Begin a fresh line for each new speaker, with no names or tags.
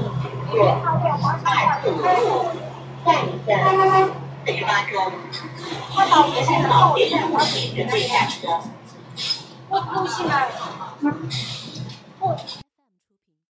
月快速在你的四十八中，看到核心老别人物体准备下车。
我不信啊！